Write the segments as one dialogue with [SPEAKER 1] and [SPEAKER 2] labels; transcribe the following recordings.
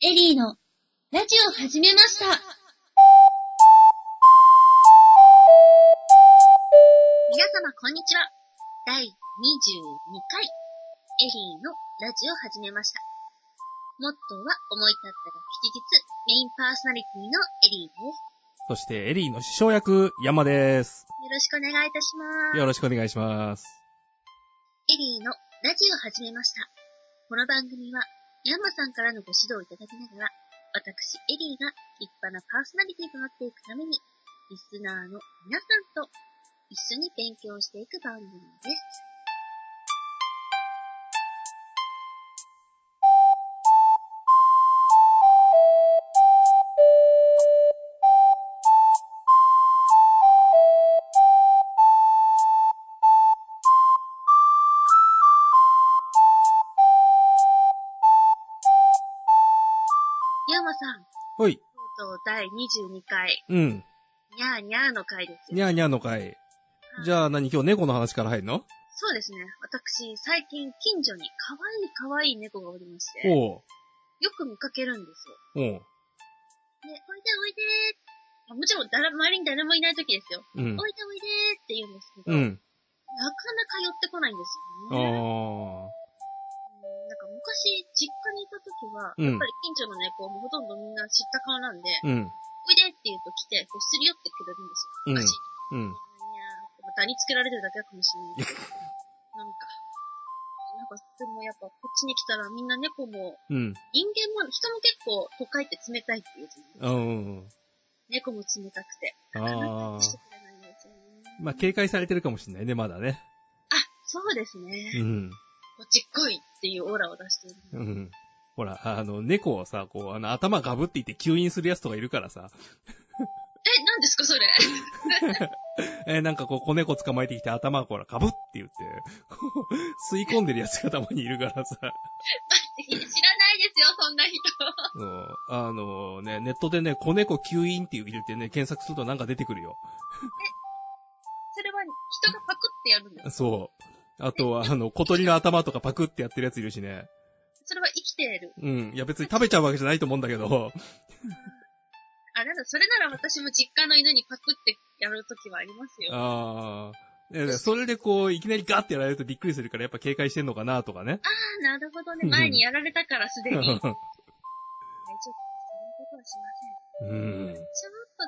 [SPEAKER 1] エリーのラジオ始めました。皆様こんにちは。第22回、エリーのラジオ始めました。モットーは思い立ったら吉日、メインパーソナリティのエリーです。
[SPEAKER 2] そして、エリーの師匠役、山です。
[SPEAKER 1] よろしくお願いいたします。
[SPEAKER 2] よろしくお願いします。
[SPEAKER 1] エリーのラジオ始めました。この番組は、ヤンマさんからのご指導をいただきながら、私、エリーが立派なパーソナリティとなっていくために、リスナーの皆さんと一緒に勉強していく番組です。ヤンマさん、
[SPEAKER 2] ほい。
[SPEAKER 1] とうとう第22回、
[SPEAKER 2] うん。
[SPEAKER 1] にゃーにゃーの回ですよ。
[SPEAKER 2] にゃーにゃーの会。じゃあ何今日猫の話から入るの
[SPEAKER 1] そうですね。私、最近近所に可愛い可愛い猫がおりまして、よ
[SPEAKER 2] おう。
[SPEAKER 1] く見かけるんですよ。
[SPEAKER 2] おう。
[SPEAKER 1] で、おいでおいでー。あもちろん、だら周りに誰もいない時ですよ。
[SPEAKER 2] うん。
[SPEAKER 1] おいでおいでーって言うんですけど、
[SPEAKER 2] う
[SPEAKER 1] なか
[SPEAKER 2] ん。
[SPEAKER 1] なか寄ってこないんです
[SPEAKER 2] あ
[SPEAKER 1] よね。
[SPEAKER 2] ー。
[SPEAKER 1] うんなんか昔、実家にいた時は、
[SPEAKER 2] う
[SPEAKER 1] や
[SPEAKER 2] ん
[SPEAKER 1] っぱり近所の猫もほとんどみんな知った顔なんで、
[SPEAKER 2] うん。
[SPEAKER 1] おいでって言うと来て、こうすり寄ってくれるんです
[SPEAKER 2] う
[SPEAKER 1] よ。
[SPEAKER 2] ん
[SPEAKER 1] 足。
[SPEAKER 2] うん。
[SPEAKER 1] いやー、豚につけられてるだけかもしれない。なんか、なんか、でもやっぱこっちに来たらみんな猫も、
[SPEAKER 2] うん。
[SPEAKER 1] 人間も、人も結構都会って冷たいって言うじゃない
[SPEAKER 2] うん。
[SPEAKER 1] 猫も冷たくて。
[SPEAKER 2] あ
[SPEAKER 1] して
[SPEAKER 2] ー。
[SPEAKER 1] くれないんですよね。
[SPEAKER 2] まあ、警戒されてるかもしれないね、まだね。
[SPEAKER 1] あ、そうです
[SPEAKER 2] う
[SPEAKER 1] ね。
[SPEAKER 2] ん。
[SPEAKER 1] こっち来いっていうオーラを出している。
[SPEAKER 2] うん。ほら、あの、猫をさ、こう、あの、頭がぶっていて吸引するやつとかいるからさ、
[SPEAKER 1] え、何ですかそれ
[SPEAKER 2] えーなんかこう、子猫捕まえてきて頭をほら、かぶって言って、こう、吸い込んでるやつがたまにいるか らさ、
[SPEAKER 1] 知らないですよ、 そんな人。
[SPEAKER 2] そうあのね、ネットでね、子猫吸引っていう入れてね、検索するとなんか出てくるよ。
[SPEAKER 1] それは人がパクってやるんです。
[SPEAKER 2] そう。あとは、あの、小鳥の頭とかパクってやってるやついるしね。
[SPEAKER 1] それは生きている。
[SPEAKER 2] うん。いや別に食べちゃうわけじゃないと思うんだけど。
[SPEAKER 1] あ、なんだ、それなら私も実家の犬にパクってやるときはありますよ。あ
[SPEAKER 2] あーいやそれでこう、いきなりガッてやられるとびっくりするからやっぱ警戒してんのかなとかね。
[SPEAKER 1] ーなるほど
[SPEAKER 2] う
[SPEAKER 1] ね。
[SPEAKER 2] ん
[SPEAKER 1] 前にやられたからすで に。大丈夫。そんなことはしません。
[SPEAKER 2] うん。
[SPEAKER 1] ちょっと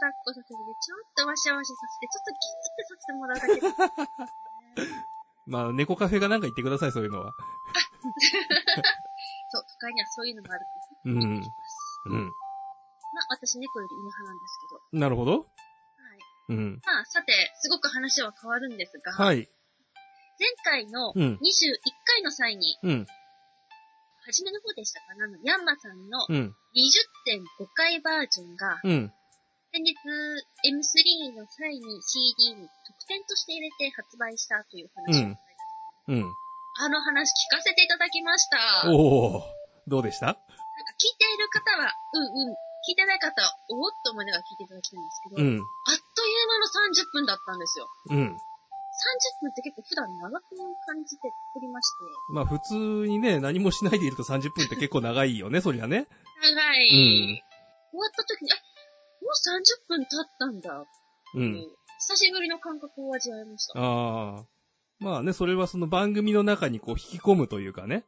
[SPEAKER 1] 抱っこさせて、ちょっとわしゃわしゃさせて、ちょっとキュってさせてもらうだけ です。
[SPEAKER 2] まあ、猫カフェがなんか行ってください、そういうのは。
[SPEAKER 1] そう、都会にはそういうのもある
[SPEAKER 2] う
[SPEAKER 1] と思い。
[SPEAKER 2] ん
[SPEAKER 1] ます。
[SPEAKER 2] うん。
[SPEAKER 1] まあ、私猫より犬派なんですけど。
[SPEAKER 2] なるほど。
[SPEAKER 1] はい。
[SPEAKER 2] うん。
[SPEAKER 1] まあ、さて、すごく話は変わるんですが、
[SPEAKER 2] はい。
[SPEAKER 1] 前回の21
[SPEAKER 2] うん。
[SPEAKER 1] 回の際に、
[SPEAKER 2] うん。
[SPEAKER 1] 初めの方でしたかな、あのヤンマさんの
[SPEAKER 2] うん。
[SPEAKER 1] 20.5回バージョンが、
[SPEAKER 2] うん。
[SPEAKER 1] 先日 M3 の際に CD に特典として入れて発売したという話をいただいた、
[SPEAKER 2] うん。
[SPEAKER 1] あの話聞かせていただきました。なんか
[SPEAKER 2] おー。どうでした
[SPEAKER 1] 聞いている方は、うんうん。聞いてない方は、おおっと思いながら聞いていただきたいんですけど、あ
[SPEAKER 2] う
[SPEAKER 1] っ
[SPEAKER 2] ん。
[SPEAKER 1] という間の30分だったんですよ。
[SPEAKER 2] う
[SPEAKER 1] 30
[SPEAKER 2] ん。
[SPEAKER 1] 分って結構普段長く感じておりまして、
[SPEAKER 2] まあ普通にね、何もしないでいると30分って結構長いよね、そりゃね。
[SPEAKER 1] 長い。
[SPEAKER 2] うん
[SPEAKER 1] 終わった時に、あもう30分経ったんだ、
[SPEAKER 2] う。
[SPEAKER 1] うん久しぶりの感覚を味わいました。
[SPEAKER 2] ああ。まあね、それはその番組の中にこう引き込むというかね。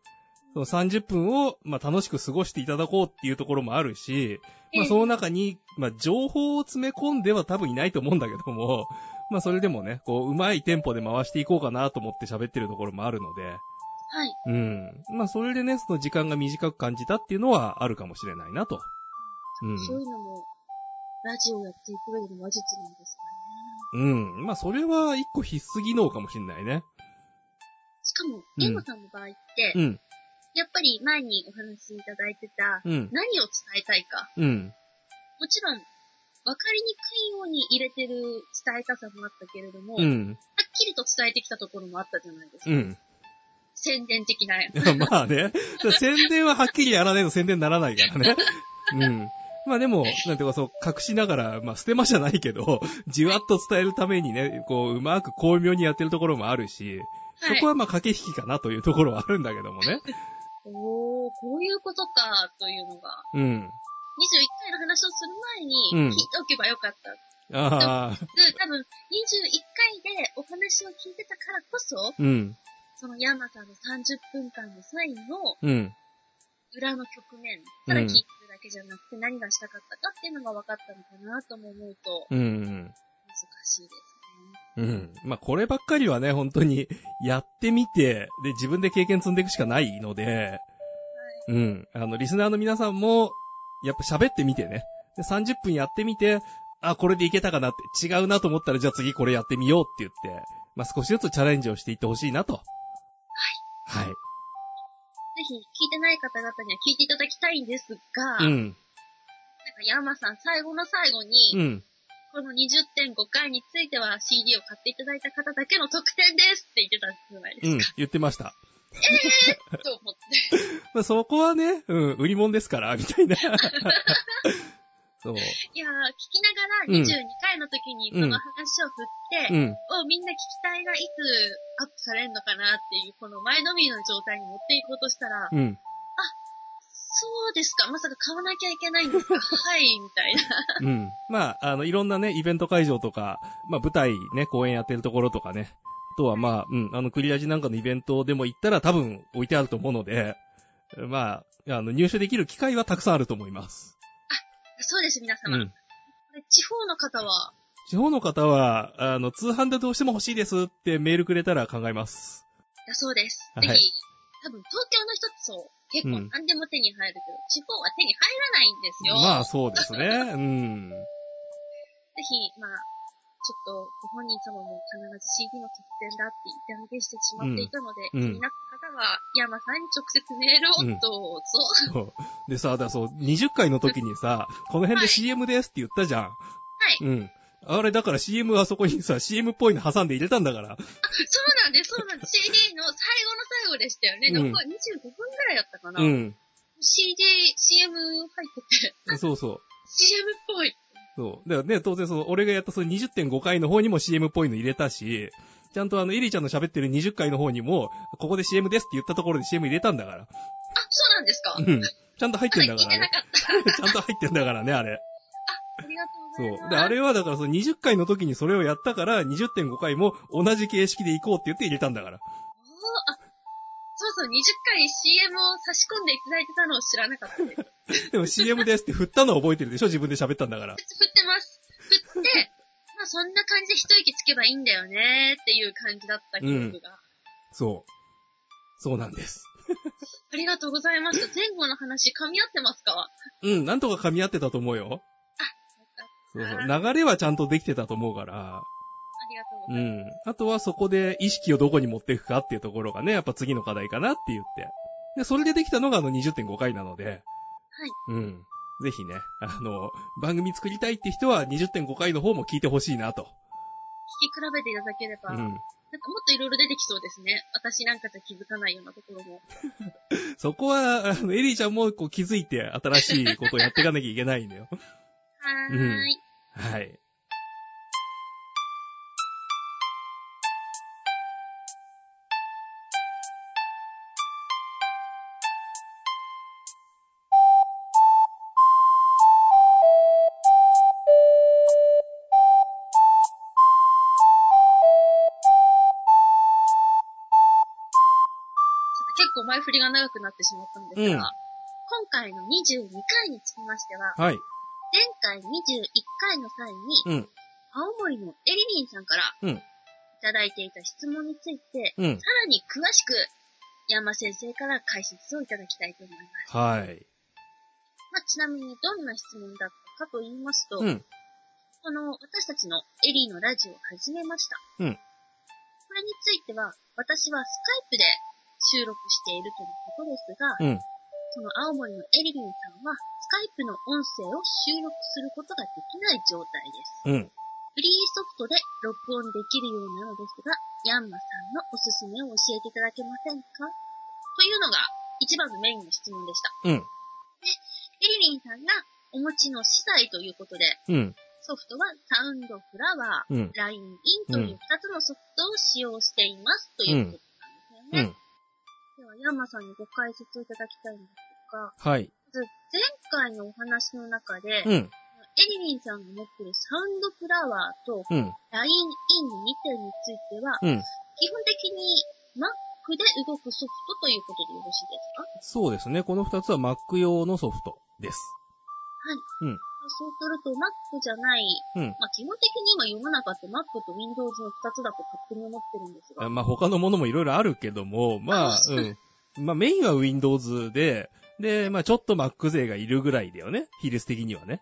[SPEAKER 2] その30分を、まあ楽しく過ごしていただこうっていうところもあるし、まあ
[SPEAKER 1] ええ
[SPEAKER 2] その中に、まあ情報を詰め込んでは多分いないと思うんだけども、まあそれでもね、こううまいテンポで回していこうかなと思って喋ってるところもあるので、
[SPEAKER 1] はい。
[SPEAKER 2] うん。まあそれでね、その時間が短く感じたっていうのはあるかもしれないなと。うん。
[SPEAKER 1] そういうのも、ラジオやっていく上での話術なんですかね。
[SPEAKER 2] うん。まあ、それは一個必須技能かもしんないね。
[SPEAKER 1] しかも、
[SPEAKER 2] うん
[SPEAKER 1] ゲームさんの場合って、
[SPEAKER 2] うん。
[SPEAKER 1] やっぱり前にお話しいただいてた、
[SPEAKER 2] うん。
[SPEAKER 1] 何を伝えたいか。
[SPEAKER 2] うん。
[SPEAKER 1] もちろん、わかりにくいように入れてる伝えたさもあったけれども、
[SPEAKER 2] う
[SPEAKER 1] はっ
[SPEAKER 2] ん。
[SPEAKER 1] きりと伝えてきたところもあったじゃないですか。
[SPEAKER 2] うん。
[SPEAKER 1] 宣伝的な。
[SPEAKER 2] まあね。宣伝ははっきりやらないと宣伝にならないからね。うん。まあでも、なんていうかそう、隠しながら、まあ捨てまじゃないけど、じわっと伝えるためにね、こう、うまく巧妙にやってるところもあるし、そ
[SPEAKER 1] はい
[SPEAKER 2] こはまあ駆け引きかなというところはあるんだけどもね。
[SPEAKER 1] おー、こういうことか、というのが、
[SPEAKER 2] うん。
[SPEAKER 1] 21回の話をする
[SPEAKER 2] う
[SPEAKER 1] 前
[SPEAKER 2] ん
[SPEAKER 1] に、聞いておけばよかった。
[SPEAKER 2] ああ、
[SPEAKER 1] うん、多分、21回でお話を聞いてたからこそ、
[SPEAKER 2] うん、
[SPEAKER 1] そのヤンマさんの30分間のサインの
[SPEAKER 2] うん、
[SPEAKER 1] 裏の局面、ただ
[SPEAKER 2] う
[SPEAKER 1] 聞
[SPEAKER 2] ん
[SPEAKER 1] いてるだけじゃなくて何がしたかったかっていうのが分かったのかなとも思うと、
[SPEAKER 2] うんうん。
[SPEAKER 1] 難しいですね。
[SPEAKER 2] うん。まあ、こればっかりはね、本当に、やってみて、で、自分で経験積んでいくしかないので、うん。あの、リスナーの皆さんも、やっぱ喋ってみてね。で、30分やってみて、あ、これでいけたかなって、違うなと思ったら、じゃあ次これやってみようって言って、まあ、少しずつチャレンジをしていってほしいなと。はい。
[SPEAKER 1] ぜひ、聞いてない方々には聞いていただきたいんですが、
[SPEAKER 2] はい。う
[SPEAKER 1] なんか
[SPEAKER 2] ん。
[SPEAKER 1] ヤンマさん最後の最後に、
[SPEAKER 2] うん。
[SPEAKER 1] この20.5回については CD を買っていただいた方だけの特典ですって言ってたじゃないで
[SPEAKER 2] うん
[SPEAKER 1] す。
[SPEAKER 2] 言ってました。
[SPEAKER 1] か、と思って。
[SPEAKER 2] まあ、そこはね、うん、売り物ですから、みた いな。そう。
[SPEAKER 1] いやー、聞きながら
[SPEAKER 2] うん
[SPEAKER 1] 22回の時にその話を振って、
[SPEAKER 2] うん。
[SPEAKER 1] をみんな聞きたいがいつアップされるのかなっていう、この前のみの状態に持っていこうとしたら、
[SPEAKER 2] うん。
[SPEAKER 1] そうですか、まさか買わなきゃいけないんですか はい、みたいな。
[SPEAKER 2] うん。まあ、あの、いろんなね、イベント会場とか、まあ、舞台ね、公演やってるところとかね。あとはまあ、うん、あの、クリアジなんかのイベントでも行ったら多分置いてあると思うので、まあ、あの、入手できる機会はたくさんあると思います。
[SPEAKER 1] そうです、皆
[SPEAKER 2] う
[SPEAKER 1] 様。
[SPEAKER 2] ん。
[SPEAKER 1] これ地方の方は、
[SPEAKER 2] 地方の方は、あの、通販でどうしても欲しいですってメールくれたら考えます。
[SPEAKER 1] だそうです。
[SPEAKER 2] はい
[SPEAKER 1] ぜひ、多分東京の人ってそう、結
[SPEAKER 2] う
[SPEAKER 1] 構
[SPEAKER 2] ん
[SPEAKER 1] 何でも手に入るけど、地方は手に入らないんですよ。
[SPEAKER 2] まあ、そうですね。うん。
[SPEAKER 1] ぜひ、まあ、ちょっと、ご本人様も必ず CD の特典だって言ってあげしてしまっていたので、
[SPEAKER 2] うんうん
[SPEAKER 1] 気になった方は、山さんに直接メールを
[SPEAKER 2] うん
[SPEAKER 1] どうぞ。
[SPEAKER 2] そうでさ、だからそう、20回の時にさ、この辺で CM ですって言ったじゃん。はいうん。あれ、だから CM はそこにさ、CM っぽいの挟んで入れたんだか
[SPEAKER 1] そう
[SPEAKER 2] ら。
[SPEAKER 1] なんです、そうなん です。CD の最後の最後でしたよね。
[SPEAKER 2] うん
[SPEAKER 1] 残り25分ぐらいだったかな。
[SPEAKER 2] うん。
[SPEAKER 1] CD、CM 入ってて、
[SPEAKER 2] そうそう。
[SPEAKER 1] CM っぽい。
[SPEAKER 2] そう。だからね、当然その、俺がやったその20.5回の方にも CM っぽいの入れたし、ちゃんとあの、エリーちゃんの喋ってる20回の方にも、ここで CM ですって言ったところで CM 入れたんだから。
[SPEAKER 1] あ、そうなんですか。
[SPEAKER 2] う
[SPEAKER 1] ま
[SPEAKER 2] ん。ちゃんと入ってん
[SPEAKER 1] だ聞
[SPEAKER 2] だ
[SPEAKER 1] い
[SPEAKER 2] か
[SPEAKER 1] て
[SPEAKER 2] ら
[SPEAKER 1] な
[SPEAKER 2] ね。
[SPEAKER 1] かった。
[SPEAKER 2] ちゃんと入ってんだからね、あれ。
[SPEAKER 1] ありがとうご
[SPEAKER 2] そ
[SPEAKER 1] ざいます。
[SPEAKER 2] う。で、あれはだからその20回の時にそれをやったから、20.5回も同じ形式で行こうって言って入れたんだか
[SPEAKER 1] お
[SPEAKER 2] ら。
[SPEAKER 1] ーあそうそう、20回 CM を差し込んでいただいてたのを知らなかったです。
[SPEAKER 2] でも CM ですって振ったのは覚えてるでしょ自分で喋ったんだから。
[SPEAKER 1] 振ってます。振って、 まあそんな感じで一息つけばいいんだよねっていう感じだった記憶が。
[SPEAKER 2] そう。そうなんです。
[SPEAKER 1] ありがとうございました。前後の話噛み合ってますかよ
[SPEAKER 2] うん、なんとか噛み合ってたと思うよ。
[SPEAKER 1] かった
[SPEAKER 2] そうそう。流れはちゃんとできてたと思うから。
[SPEAKER 1] ありがとうございます。
[SPEAKER 2] うん。あとはそこで意識をどこに持っていくかっていうところがね、やっぱ次の課題かなって言って。で、それでできたのがあの20.5回なので。はい。うん。ぜひね、あの、番組作りたいって人は20.5回の方も聞いてほしいなと。
[SPEAKER 1] 聞き比べていただけれ
[SPEAKER 2] う
[SPEAKER 1] ば、なんかも
[SPEAKER 2] ん。
[SPEAKER 1] っといろいろ出てきそうですね。私なんかじゃ気づかないようなところも。
[SPEAKER 2] そこは、あの、エリーちゃんもこう気づいて新しいことをやっていかなきゃいけないんだよ。
[SPEAKER 1] はーい。
[SPEAKER 2] うんはい。
[SPEAKER 1] 結構前振りが長くなってしまったんですが、
[SPEAKER 2] うん
[SPEAKER 1] 今回の22回につきましては、
[SPEAKER 2] はい。
[SPEAKER 1] 前回21回の際に、
[SPEAKER 2] うん。
[SPEAKER 1] 青森のエリリンさんから、
[SPEAKER 2] うん
[SPEAKER 1] いただいていた質問について、
[SPEAKER 2] うん。
[SPEAKER 1] さらに詳しく、山先生から解説をいただきたいと思います。
[SPEAKER 2] はい。
[SPEAKER 1] まあ、ちなみにどんな質問だったかと言いますと、
[SPEAKER 2] うん。
[SPEAKER 1] この私たちのエリーのラジオを始めました。
[SPEAKER 2] うん
[SPEAKER 1] これについては、私はスカイプで収録しているとのことですが、
[SPEAKER 2] うん。
[SPEAKER 1] その青森のエリリンさんは、スカイプの音声を収録することができない状態です。
[SPEAKER 2] うん。
[SPEAKER 1] フリーソフトで録音できるようなのですが、ヤンマさんのおすすめを教えていただけませんかというのが一番のメインの質問でした。
[SPEAKER 2] うん。
[SPEAKER 1] エリリンさんがお持ちの資材ということで、
[SPEAKER 2] うん。
[SPEAKER 1] ソフトはサウンドフラワー、
[SPEAKER 2] うん。
[SPEAKER 1] ラインインという2つのソフトを使用していますということなんですよね。
[SPEAKER 2] うん。
[SPEAKER 1] では、ヤンマさんにご解説をいただきたいんですが、
[SPEAKER 2] はい。
[SPEAKER 1] 前回のお話の中で、エ
[SPEAKER 2] うん。
[SPEAKER 1] リリンさんが持ってるサウンドフラワーと
[SPEAKER 2] うん。
[SPEAKER 1] ラインインの2点については、
[SPEAKER 2] うん。
[SPEAKER 1] 基本的に Mac で動くソフトということでよろしいですか
[SPEAKER 2] そうですね。この二つは Mac 用のソフトです。
[SPEAKER 1] はい。
[SPEAKER 2] うん
[SPEAKER 1] そうすると Mac じゃない、
[SPEAKER 2] うん
[SPEAKER 1] まあ基本的に今世の中って Mac と Windows の2つだと勝手に思ってるんですが、
[SPEAKER 2] あまあ他のものもいろいろあるけども、まあ
[SPEAKER 1] あ、そう
[SPEAKER 2] うん。まあメインは Windows で、で、まあちょっと Mac 勢がいるぐらいだよね。比率的にはね。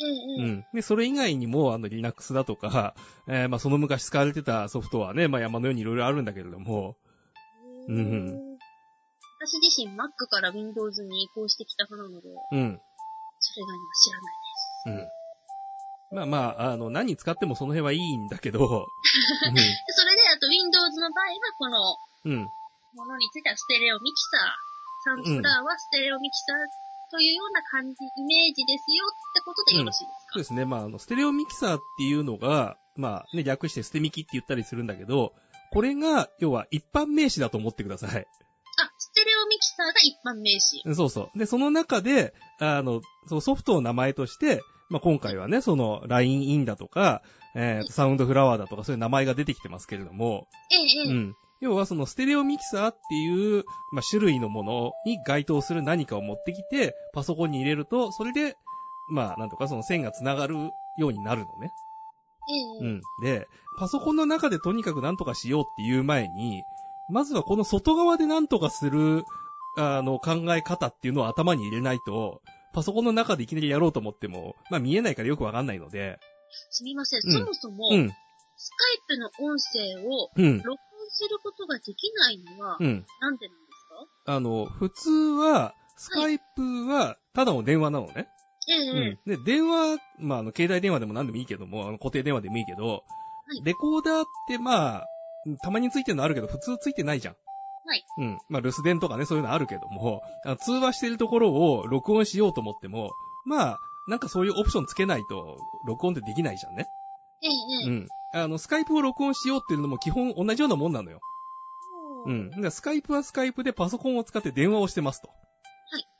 [SPEAKER 2] う
[SPEAKER 1] ええええ
[SPEAKER 2] ん。で、それ以外にも、あの Linux だとか、えーまあその昔使われてたソフトはね、まあ山のようにいろいろあるんだけれども、うんうん
[SPEAKER 1] 私自身 Mac から Windows に移行してきた派なので、
[SPEAKER 2] うん。
[SPEAKER 1] それが今知らないです。
[SPEAKER 2] うん。まあまあ、あの、何使ってもその辺はいいんだけ ど、
[SPEAKER 1] でそれで、あと Windows の場合は、この
[SPEAKER 2] うん。うん。
[SPEAKER 1] ものについてはステレオミキサー。サウンドスターはステレオミキサーというような感じ、イメージですよってことでよろしいです
[SPEAKER 2] そう
[SPEAKER 1] か、
[SPEAKER 2] ですね。まあ、あの、ステレオミキサーっていうのが、まあ、ね、略してステミキって言ったりするんだけど、これが、要は一般名詞だと思ってください。
[SPEAKER 1] あ、ステレオミキサーが一般名詞。
[SPEAKER 2] そうそう。で、その中で、あの、そのソフトを名前として、まあ、今回はね、その、LINE インだとか、えーサウンドフラワーだとか、そういう名前が出てきてますけれども、
[SPEAKER 1] え
[SPEAKER 2] う
[SPEAKER 1] え、ええ。
[SPEAKER 2] ん。要はそのステレオミキサーっていう、まあ、種類のものに該当する何かを持ってきて、パソコンに入れると、それで、まあ、なんとかその線が繋がるようになるのね。う
[SPEAKER 1] ええ、
[SPEAKER 2] ん。で、パソコンの中でとにかくなんとかしようっていう前に、まずはこの外側でなんとかする、あの、考え方っていうのを頭に入れないと、パソコンの中でいきなりやろうと思っても、まあ見えないからよくわかんないので、
[SPEAKER 1] すみません。
[SPEAKER 2] うん
[SPEAKER 1] そもそも、
[SPEAKER 2] うん、
[SPEAKER 1] スカイプの音声を
[SPEAKER 2] うん、
[SPEAKER 1] 録音することができないのは、
[SPEAKER 2] うん。
[SPEAKER 1] なんでなんですか
[SPEAKER 2] あの、普通は、スカイプは、ただの電話なのね。
[SPEAKER 1] ええ、ええ。
[SPEAKER 2] で、電話、まあ、あの、携帯電話でも何でもいいけども、あの固定電話でもいいけど、
[SPEAKER 1] い
[SPEAKER 2] レコーダーってまあ、たまについてるのあるけど、普通ついてないじゃん。
[SPEAKER 1] はい。
[SPEAKER 2] うん。まあ、留守電とかね、そういうのあるけども、あの通話してるところを録音しようと思っても、まあ、なんかそういうオプションつけないと、録音ってできないじゃんね。
[SPEAKER 1] ええ、
[SPEAKER 2] う
[SPEAKER 1] ええ。
[SPEAKER 2] ん。あの、スカイプを録音しようっていうのも基本同じようなもんなのよ。。
[SPEAKER 1] そううん
[SPEAKER 2] だからスカイプはスカイプでパソコンを使って電話をしてますと。
[SPEAKER 1] は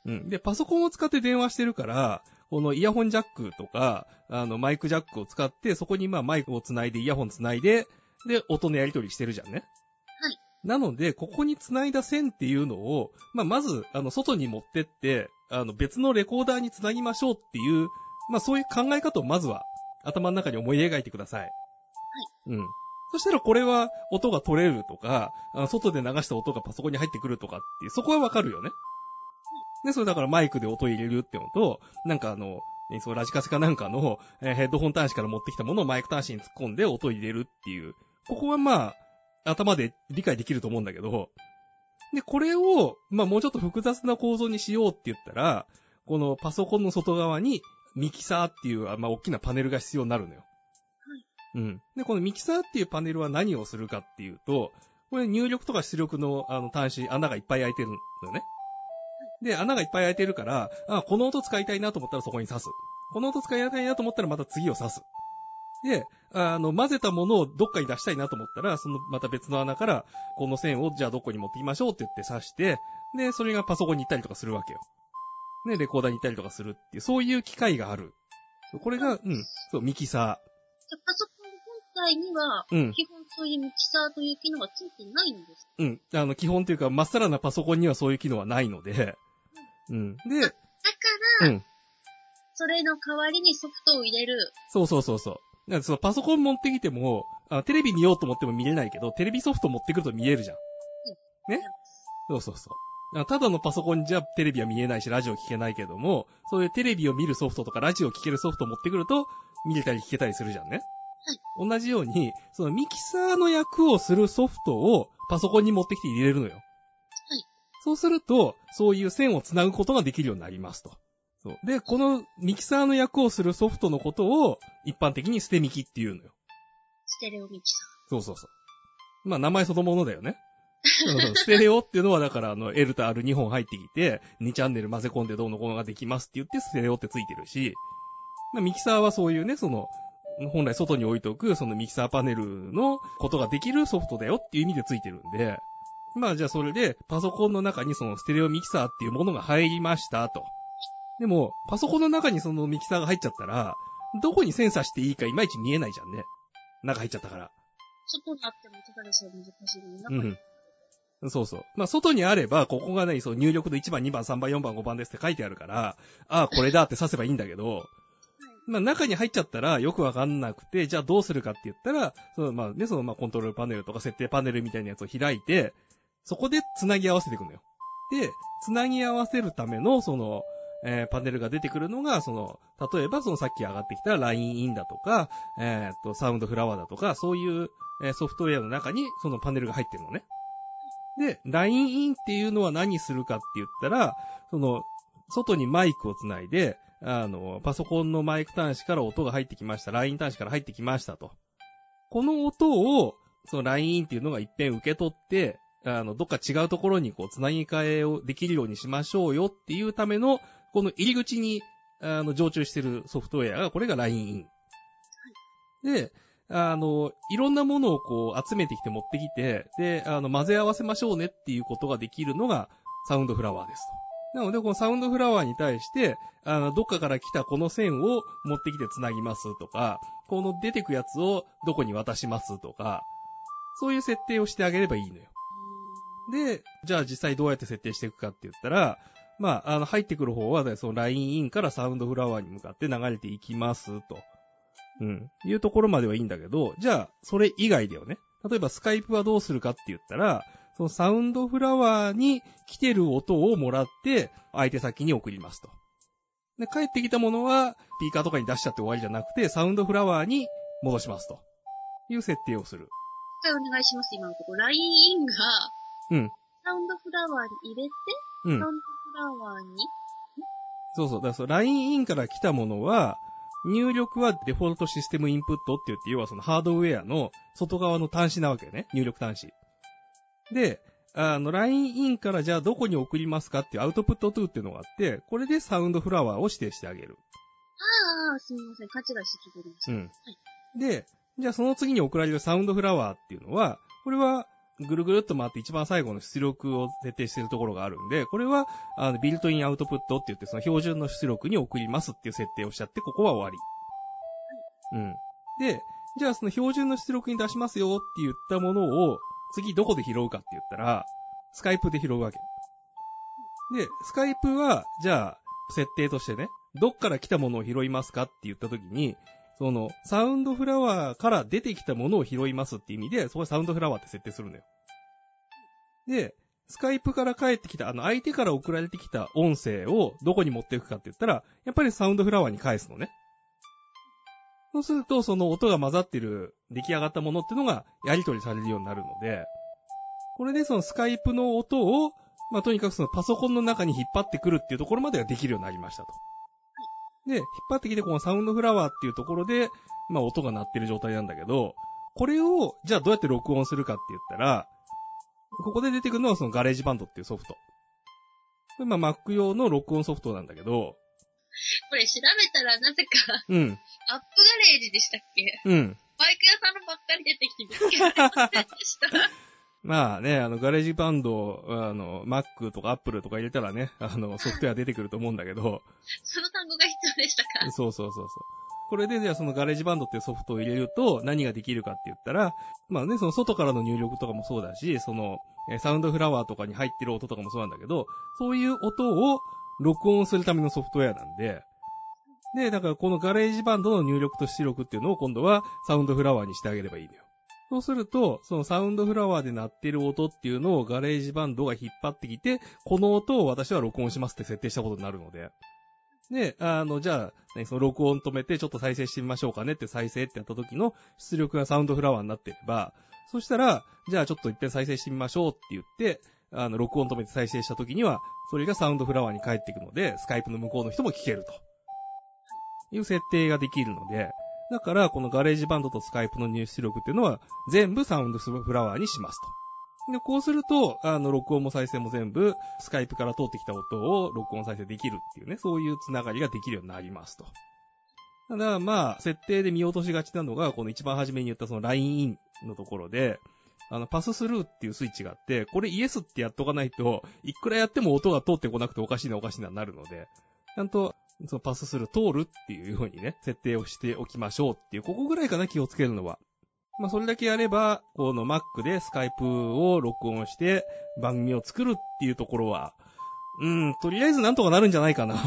[SPEAKER 1] い。
[SPEAKER 2] うん。で、パソコンを使って電話してるから、このイヤホンジャックとか、あの、マイクジャックを使って、そこにまあマイクをつないで、イヤホンつないで、で、音のやり取りしてるじゃんね。
[SPEAKER 1] はい。
[SPEAKER 2] なので、ここにつないだ線っていうのを、まあ、まず、あの、外に持ってって、あの、別のレコーダーにつなぎましょうっていう、まあ、そういう考え方をまずは、頭の中に思い描いてください。はい。うん。そしたらこれは音が取れるとか、あの外で流した音がパソコンに入ってくるとかっていう、そこはわかるよね。で、それだからマイクで音入れるってのと、なんかあの、ねそうラジカセかなんかの、えーヘッドホン端子から持ってきたものをマイク端子に突っ込んで音入れるっていう、ここはまあ、頭で理解できると思うんだけど、で、これを、まあもうちょっと複雑な構造にしようって言ったら、このパソコンの外側にミキサーっていう、あまあ大きなパネルが必要になるのよ。うん。で、このミキサーっていうパネルは何をするかっていうと、これ入力とか出力のあの端子、穴がいっぱい開いてるのね。で、穴がいっぱい開いてるから、あ、この音使いたいなと思ったらそこに刺す。この音使いたいなと思ったらまた次を刺す。で、あの、混ぜたものをどっかに出したいなと思ったら、その、また別の穴から、この線をじゃあどこに持ってきましょうって言って刺して、で、それがパソコンに行ったりとかするわけよ。ね、レコーダーに行ったりとかするっていう、そういう機械がある。これが、うん、そう、ミキサ
[SPEAKER 1] じゃあパソコン本体には、
[SPEAKER 2] ー。うん。
[SPEAKER 1] 基本そういうミキサーという機能がついてないんです
[SPEAKER 2] うん。あの、基本というか、まっさらなパソコンにはそういう機能はないので、うん。で、
[SPEAKER 1] だ
[SPEAKER 2] う
[SPEAKER 1] から、
[SPEAKER 2] ん
[SPEAKER 1] それの代わりにソフトを入れる。
[SPEAKER 2] そうそうそうそう。なんかそのパソコン持ってきても、あテレビ見ようと思っても見れないけど、テレビソフト持ってくると見えるじゃん。えそうそうそう。あただのパソコンじゃテレビは見えないし、ラジオ聞けないけども、そういうテレビを見るソフトとかラジオ聞けるソフトを持ってくると、見れたり聞けたりするじゃんね。同じように、そのミキサーの役をするソフトをパソコンに持ってきて入れるのよ。そうすると、そういう線をつなぐことができるようになりますと。そうで、このミキサーの役をするソフトのことを一般的に捨てミキっていうのよ。
[SPEAKER 1] ステレオミキサ
[SPEAKER 2] そうそうそう。まあ名前そのものだよね。そうそうステレオっていうのはだからあの L と R2 本入ってきて、2チャンネル混ぜ込んでどうのこうのができますって言ってステレオってついてるし、まあミキサーはそういうね、その、本来外に置いておく、そのミキサーパネルのことができるソフトだよっていう意味でついてるんで、まあじゃあそれで、パソコンの中にそのステレオミキサーっていうものが入りましたと。でも、パソコンの中にそのミキサーが入っちゃったら、どこにセンサーしていいかいまいち見えないじゃんね。中入っちゃったから。
[SPEAKER 1] 外にあってもただでさえ難しいのに、中
[SPEAKER 2] う
[SPEAKER 1] に
[SPEAKER 2] ん。そうそう。まあ、外にあれば、ここがね、そう入力の1番、2番、3番、4番、5番ですって書いてあるから、ああ、これだって刺せばいいんだけど、まあ、中に入っちゃったらよくわかんなくて、じゃあどうするかって言ったら、そのまあね、そのまあコントロールパネルとか設定パネルみたいなやつを開いて、そこで繋ぎ合わせていくのよ。で、繋ぎ合わせるための、その、えーパネルが出てくるのが、その、例えばそのさっき上がってきた LINE インだとか、えーっと、サウンドフラワーだとか、そういう、えーソフトウェアの中にそのパネルが入ってるのね。で、LINE インっていうのは何するかって言ったら、その、外にマイクをつないで、あの、パソコンのマイク端子から音が入ってきました。LINE 端子から入ってきましたと。この音を、その LINE インっていうのが一遍受け取って、あの、どっか違うところにこう、つなぎ替えをできるようにしましょうよっていうための、この入り口に、あの、常駐してるソフトウェアが、これが LINE イン。で、あの、いろんなものをこう集めてきて持ってきて、で、あの、混ぜ合わせましょうねっていうことができるのがサウンドフラワーですと。なので、このサウンドフラワーに対して、あの、どっかから来たこの線を持ってきて繋ぎますとか、この出てくやつをどこに渡しますとか、そういう設定をしてあげればいいのよ。で、じゃあ実際どうやって設定していくかって言ったら、まあ、あの、入ってくる方は、ね、その LINE インからサウンドフラワーに向かって流れていきますと。うん。いうところまではいいんだけど、じゃあ、それ以外だよね。例えば、スカイプはどうするかって言ったら、そのサウンドフラワーに来てる音をもらって、相手先に送りますと。で、帰ってきたものは、スピーカーとかに出しちゃって終わりじゃなくて、サウンドフラワーに戻しますと。いう設定をする。
[SPEAKER 1] 一回お願いします、今のところ。LINE インが、
[SPEAKER 2] うん。
[SPEAKER 1] サウンドフラワーに入れて、
[SPEAKER 2] うん
[SPEAKER 1] サウ。ンドフラワーに、
[SPEAKER 2] そうそう。だからその LINE インから来たものは、入力はデフォルトシステムインプットって言って、要はそのハードウェアの外側の端子なわけよね。入力端子。で、あの、LINE インからじゃあどこに送りますかっていうアウトプットトゥーっていうのがあって、これでサウンドフラワーを指定してあげる。
[SPEAKER 1] ああ、すみません、勘違いして聞いておりました。
[SPEAKER 2] うん。で、じゃあその次に送られるサウンドフラワーっていうのは、これはぐるぐるっと回って一番最後の出力を設定してるところがあるんで、これは、あの、ビルトインアウトプットって言って、その標準の出力に送りますっていう設定をしちゃって、ここは終わり。うん。で、じゃあその標準の出力に出しますよって言ったものを、次どこで拾うかって言ったら、スカイプで拾うわけ。で、スカイプは、じゃあ、設定としてね、どっから来たものを拾いますかって言った時に、その、サウンドフラワーから出てきたものを拾いますって意味で、そこはサウンドフラワーって設定するんだよ。で、スカイプから帰ってきた、あの、相手から送られてきた音声をどこに持っていくかって言ったら、やっぱりサウンドフラワーに返すのね。そうすると、その音が混ざってる、出来上がったものっていうのが、やり取りされるようになるので、これでそのスカイプの音を、まあ、とにかくそのパソコンの中に引っ張ってくるっていうところまではできるようになりましたと。で、引っ張ってきてこのサウンドフラワーっていうところで、まあ音が鳴ってる状態なんだけど、これを、じゃあどうやって録音するかって言ったら、ここで出てくるのはそのガレージバンドっていうソフト。これまあ Mac 用の録音ソフトなんだけど、
[SPEAKER 1] これ調べたらなぜか、
[SPEAKER 2] うん、
[SPEAKER 1] アップガレージでしたっけ
[SPEAKER 2] うん。
[SPEAKER 1] バイク屋さんのばっかり出てきて 見つけられませんでした。
[SPEAKER 2] まあね、あの、ガレージバンド、あの、Mac とか Apple とか入れたらね、あの、ソフトウェア出てくると思うんだけど、
[SPEAKER 1] その単語が必要でしたか。
[SPEAKER 2] そうそうそうそう。これで、じゃあそのガレージバンドっていうソフトを入れると何ができるかって言ったら、まあね、その外からの入力とかもそうだし、その、えーサウンドフラワーとかに入ってる音とかもそうなんだけど、そういう音を録音するためのソフトウェアなんで、で、だからこのガレージバンドの入力と出力っていうのを今度はサウンドフラワーにしてあげればいいのよ。そうすると、そのサウンドフラワーで鳴ってる音っていうのをガレージバンドが引っ張ってきて、この音を私は録音しますって設定したことになるので。で、あの、じゃあ、何その録音止めてちょっと再生してみましょうかねって再生ってやった時の出力がサウンドフラワーになってれば、そしたら、じゃあちょっと一遍再生してみましょうって言って、あの、録音止めて再生した時には、それがサウンドフラワーに返ってくので、スカイプの向こうの人も聞けると。いう設定ができるので、だから、このガレージバンドとスカイプの入出力っていうのは、全部サウンドフラワーにしますと。で、こうすると、あの、録音も再生も全部、スカイプから通ってきた音を録音再生できるっていうね、そういうつながりができるようになりますと。ただ、まあ、設定で見落としがちなのが、この一番初めに言ったその LINE インのところで、あの、パススルーっていうスイッチがあって、これイエスってやっとかないと、いくらやっても音が通ってこなくておかしいなおかしいなになるので、ちゃんと、そのパススルー通るっていうようにね、設定をしておきましょうっていう、ここぐらいかな気をつけるのは。まあ、それだけやれば、この Mac でスカイプを録音して番組を作るっていうところは、うん、とりあえずなんとかなるんじゃないか な。
[SPEAKER 1] 多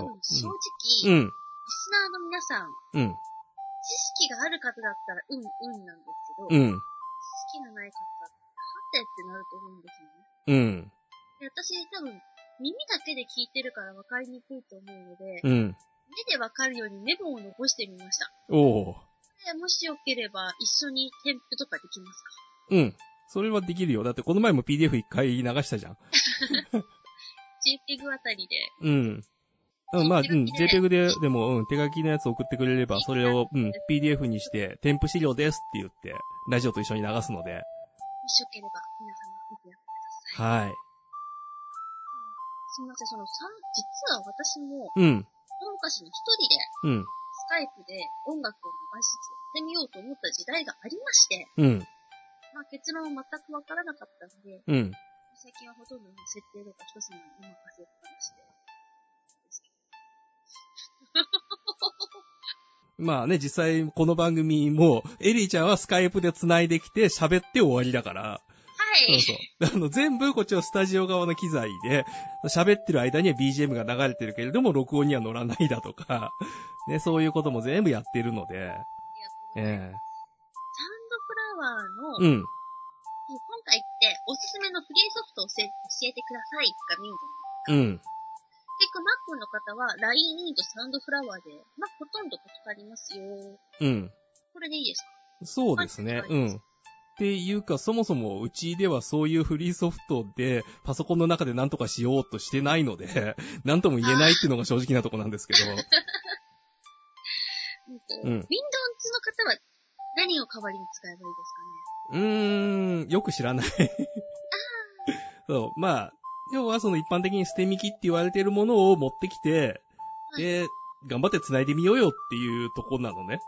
[SPEAKER 2] そう
[SPEAKER 1] 分、正直、リ
[SPEAKER 2] うん、
[SPEAKER 1] スナーの皆さん、
[SPEAKER 2] うん、
[SPEAKER 1] 知識がある方だったら、うん、うんなんですけど、
[SPEAKER 2] う
[SPEAKER 1] 知
[SPEAKER 2] ん、
[SPEAKER 1] 識がない方だったら、はてってなると思うんですよね。
[SPEAKER 2] うん、
[SPEAKER 1] で私、多分、耳だけで聞いてるから分かりにくいと思うので、
[SPEAKER 2] うん。
[SPEAKER 1] 目で分かるようにメモを残してみました。
[SPEAKER 2] おー。
[SPEAKER 1] でもしよければ、一緒に添付とかできますか
[SPEAKER 2] うん。それはできるよ。だってこの前も PDF 一回流したじゃん。
[SPEAKER 1] ?JPEG あたりで。
[SPEAKER 2] うん。うん、まあ、う
[SPEAKER 1] 手書
[SPEAKER 2] ん、
[SPEAKER 1] きで
[SPEAKER 2] JPEG で、でも、うん、手書きのやつ送ってくれれば、それを、うん、PDF にして、添付資料ですって言って、ラジオと一緒に流すので、
[SPEAKER 1] もしよければ、皆様見てやってください。
[SPEAKER 2] はい。
[SPEAKER 1] すみません、そのさん実は私も、
[SPEAKER 2] うん、
[SPEAKER 1] 大昔に一人で、
[SPEAKER 2] う
[SPEAKER 1] ス
[SPEAKER 2] ん、
[SPEAKER 1] カイプで音楽を流しつつやってみようと思った時代がありまして、
[SPEAKER 2] うん、
[SPEAKER 1] まあ結論は全くわからなかったので、
[SPEAKER 2] うん。
[SPEAKER 1] 最近はほとんどの設定とか一つにお任せっぱなしで。
[SPEAKER 2] まあね、実際、この番組も、エリーちゃんはスカイプで繋いできて、喋って終わりだから、
[SPEAKER 1] は
[SPEAKER 2] そう
[SPEAKER 1] い。
[SPEAKER 2] そう。あの、全部、こっちはスタジオ側の機材で、喋ってる間には BGM が流れてるけれども、録音には乗らないだとか、 ね、そういうことも全部やってるので、
[SPEAKER 1] ありがとうございます。サン
[SPEAKER 2] え
[SPEAKER 1] ドフラワーの、
[SPEAKER 2] えうん。
[SPEAKER 1] 今回っておすすめのフリーソフトを教え教えてくださいがメインで。
[SPEAKER 2] うん。
[SPEAKER 1] 結構 Mac の方は LINE ニートサンドフラワーで、まあ、ほとんどかかりますよ。
[SPEAKER 2] うん。
[SPEAKER 1] これでいいですか
[SPEAKER 2] そうですね。うん。っていうか、そもそもうちではそういうフリーソフトで、パソコンの中で何とかしようとしてないので、 何とも言えないっていうのが正直なとこなんですけど。
[SPEAKER 1] うんと、
[SPEAKER 2] うん
[SPEAKER 1] Windows の方は何を代わりに使えばいいですかね
[SPEAKER 2] うーん、よく知らない。そう、まあ、要はその一般的に捨てミキって言われているものを持ってきて、で、頑張って繋いでみようよっていうとこなのね。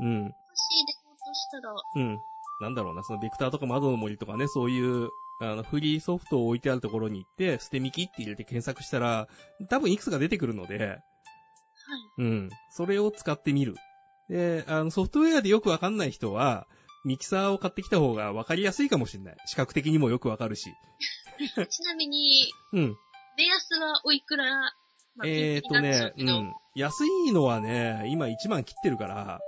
[SPEAKER 2] う
[SPEAKER 1] うん
[SPEAKER 2] ん。
[SPEAKER 1] もし入れようとしたら、
[SPEAKER 2] うん。なんだろうな、そのベクターとか窓の森とかね、そういう、あの、フリーソフトを置いてあるところに行って、捨てミキって入れて検索したら、多分いくつか出てくるので、
[SPEAKER 1] はい。
[SPEAKER 2] うん。それを使ってみる。で、あの、ソフトウェアでよくわかんない人は、ミキサーを買ってきた方がわかりやすいかもしれない。視覚的にもよくわかるし。
[SPEAKER 1] ちなみに、
[SPEAKER 2] うん。
[SPEAKER 1] 目安はおいくら、まあ、
[SPEAKER 2] えーっ
[SPEAKER 1] ピンキリ
[SPEAKER 2] と
[SPEAKER 1] なんでしょう、
[SPEAKER 2] ねう
[SPEAKER 1] けど
[SPEAKER 2] ん。安いのはね、今1万切ってるから、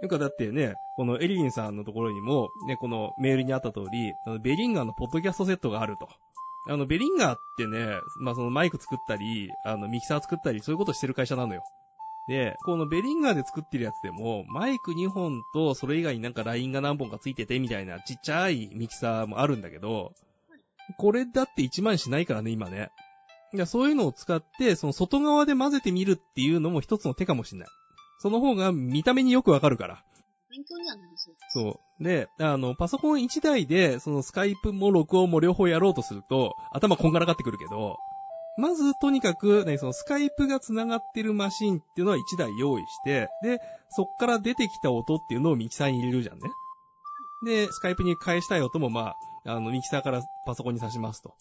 [SPEAKER 2] なんかだってね、このエリリンさんのところにも、ね、このメールにあった通り、あのベリンガーのポッドキャストセットがあると。あの、ベリンガーってね、まあ、そのマイク作ったり、あの、ミキサー作ったり、そういうことしてる会社なのよ。で、このベリンガーで作ってるやつでも、マイク2本と、それ以外になんかラインが何本かついててみたいなちっちゃいミキサーもあるんだけど、これだって1万しないからね、今ね。いや、そういうのを使って、その外側で混ぜてみるっていうのも一つの手かもしれない。その方が見た目によくわかるから。
[SPEAKER 1] 勉強にはなりそうです。
[SPEAKER 2] そう。で、あの、パソコン1台で、そのスカイプも録音も両方やろうとすると、頭こんがらかってくるけど、まずとにかく、ね、そのスカイプが繋がってるマシンっていうのは1台用意して、で、そっから出てきた音っていうのをミキサーに入れるじゃんね。で、スカイプに返したい音もまあ、あの、ミキサーからパソコンに挿しますと。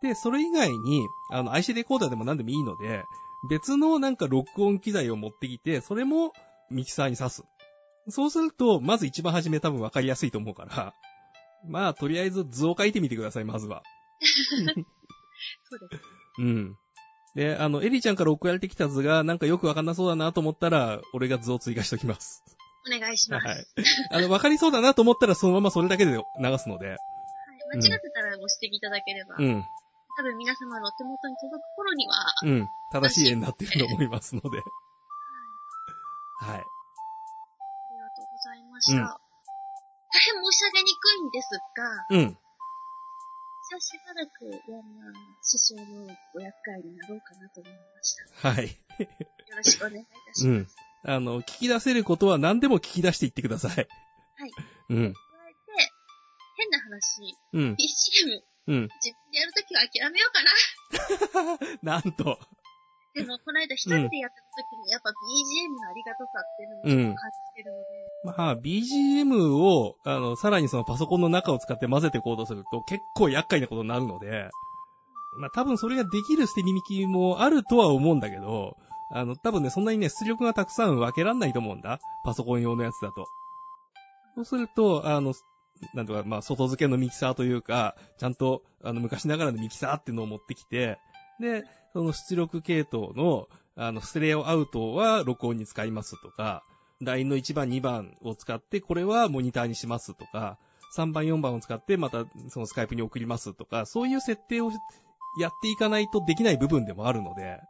[SPEAKER 2] で、それ以外に、あの、IC レコーダーでも何でもいいので、別のなんか録音機材を持ってきて、それもミキサーに挿す。そうすると、まず一番初め多分分かりやすいと思うから、まあ、とりあえず図を書いてみてください、まずは。
[SPEAKER 1] そうです。
[SPEAKER 2] うん。で、あの、エリちゃんから送られてきた図がなんかよく分かんなそうだなと思ったら、俺が図を追加しときます。
[SPEAKER 1] お願いし
[SPEAKER 2] は
[SPEAKER 1] ます。はい
[SPEAKER 2] い。あの、分かりそうだなと思ったらそのままそれだけで流すので。
[SPEAKER 1] 間違ってたらご指摘いただければ、
[SPEAKER 2] うん。
[SPEAKER 1] 多分皆様のお手元に届く頃には、
[SPEAKER 2] うん。正しい絵になってると思いますので。
[SPEAKER 1] ありがとうご
[SPEAKER 2] はい。
[SPEAKER 1] ざいました。
[SPEAKER 2] うん
[SPEAKER 1] 大変申し上げにくいんですが、
[SPEAKER 2] うん。
[SPEAKER 1] さしばらく、いやまあ、師匠のご厄介になろうかなと思いました。
[SPEAKER 2] はい。
[SPEAKER 1] よろしくお願いいたします。
[SPEAKER 2] あの、聞き出せることは何でも聞き出していってください。
[SPEAKER 1] はい。
[SPEAKER 2] うん。
[SPEAKER 1] 加えて、変な話、
[SPEAKER 2] うん。
[SPEAKER 1] BGM、
[SPEAKER 2] うん。
[SPEAKER 1] 自分でやるときは諦めようかな。
[SPEAKER 2] なんと。
[SPEAKER 1] でも、この間一人でやってた時に、やっぱ BGM のありがたさっていうのをちょっと感じてるので、
[SPEAKER 2] まあ、BGM を、あの、さらにそのパソコンの中を使って混ぜて行動すると結構厄介なことになるので、まあ多分それができる捨て耳機もあるとは思うんだけど、あの、多分ね、そんなにね、出力がたくさん分けらんないと思うんだ。パソコン用のやつだと。そうすると、あの、なんとか、まあ、外付けのミキサーというか、ちゃんと、あの、昔ながらのミキサーっていうのを持ってきて、で、その出力系統の、あの、ステレオアウトは録音に使いますとか、LINE の1番、2番を使って、これはモニターにしますとか、3番、4番を使って、また、そのスカイプに送りますとか、そういう設定をやっていかないとできない部分でもあるので、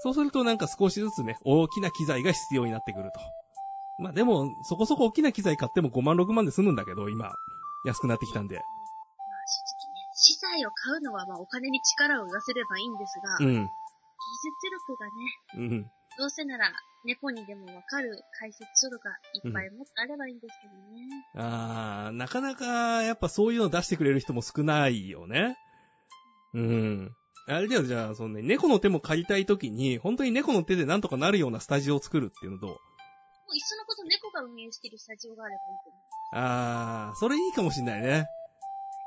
[SPEAKER 2] そうするとなんか少しずつね、大きな機材が必要になってくると。まあでも、そこそこ大きな機材買っても5万6万で済むんだけど、今、安くなってきたんで。
[SPEAKER 1] まあ正直ね、資材を買うのはまあお金に力を出せればいいんですが、
[SPEAKER 2] う
[SPEAKER 1] 技
[SPEAKER 2] ん。
[SPEAKER 1] 術力がね、
[SPEAKER 2] うん。
[SPEAKER 1] どうせなら猫にでもわかる解説書とかいっぱい持ってあればいいんですけどね。
[SPEAKER 2] あー、なかなか、やっぱそういうの出してくれる人も少ないよね。うん。あれだよ、じゃあ、そのね、猫の手も借りたいときに、本当に猫の手でなんとかなるようなスタジオを作るっていうのと、
[SPEAKER 1] もういっそのこと猫が運営してるスタジオがあればいいと思う。
[SPEAKER 2] あー、それいいかもしんないね。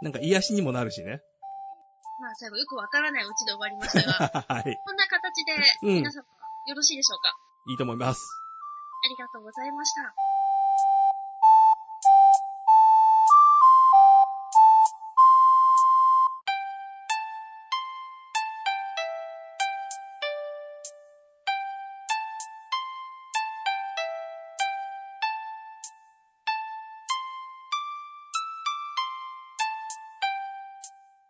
[SPEAKER 2] なんか癒しにもなるしね。
[SPEAKER 1] まあ最後よくわからないうちで終わりました が、
[SPEAKER 2] はい。
[SPEAKER 1] こんな形で
[SPEAKER 2] うん
[SPEAKER 1] 皆様よろしいでしょうか、
[SPEAKER 2] いいと思います。
[SPEAKER 1] ありがとうございました。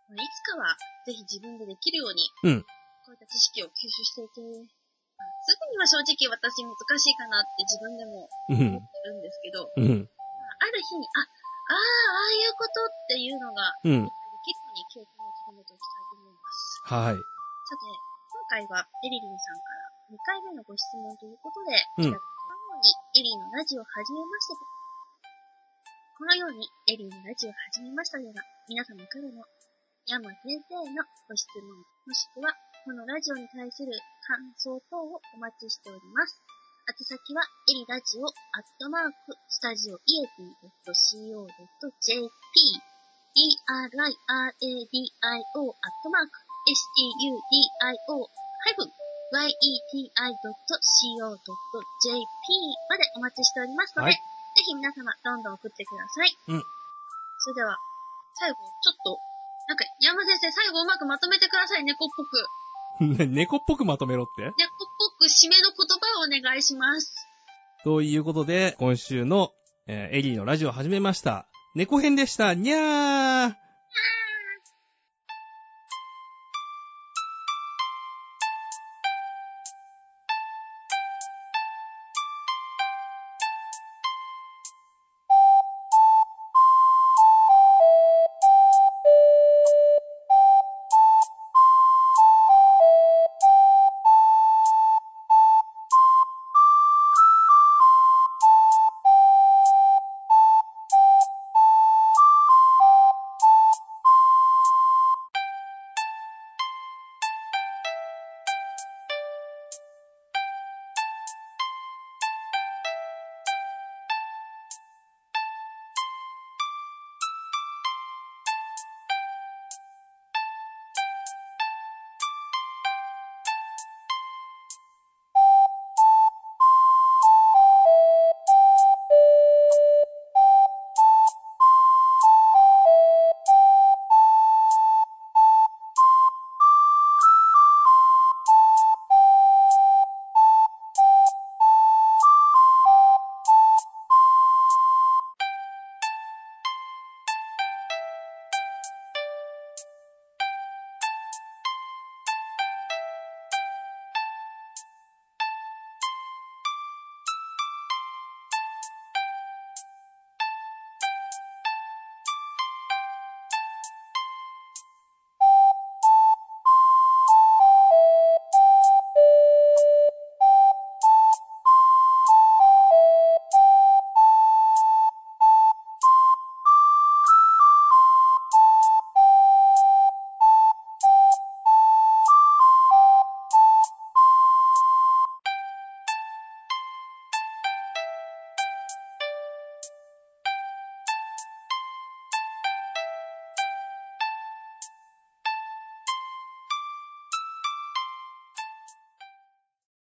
[SPEAKER 1] まあいつかは、ぜひ自分でできるように、
[SPEAKER 2] うん
[SPEAKER 1] こういった知識を吸収していけ、まあすぐには正直私難しいかなって自分でも思っ
[SPEAKER 2] う
[SPEAKER 1] て
[SPEAKER 2] ん。
[SPEAKER 1] るんですけど、
[SPEAKER 2] うん。
[SPEAKER 1] まあある日に、あ、ああ、ああいうことっていうのが、できる
[SPEAKER 2] うん。
[SPEAKER 1] ように記憶を留めておきたいと思います。さて、今回
[SPEAKER 2] はい。
[SPEAKER 1] はエリリンさんから2回目のご質問ということで、北川の
[SPEAKER 2] うん
[SPEAKER 1] 方にエリーのラジオを始めましたと。このようにエリーのラジオを始めましたでは、皆様からのヤマ先生のご質問、もしくはこのラジオに対する感想等をお待ちしております。宛先は、エリラジオ、アットマーク、スタジオ、イエティ .co.jp、e-r-i-r-a-d-i-o、アットマーク、studio、ハイフン、yeti.co.jp までお待ちしておりますので、
[SPEAKER 2] はい
[SPEAKER 1] ぜひ皆様どんどん送ってください。
[SPEAKER 2] うん
[SPEAKER 1] それでは、最後、ちょっと、なんか、山先生、最後うまくまとめてください、猫っぽく。
[SPEAKER 2] 猫っぽくまとめろって
[SPEAKER 1] 猫っぽく締めの言葉をお願いします。
[SPEAKER 2] ということで、今週の、えーエリーのラジオを始めました。猫編でした。にゃー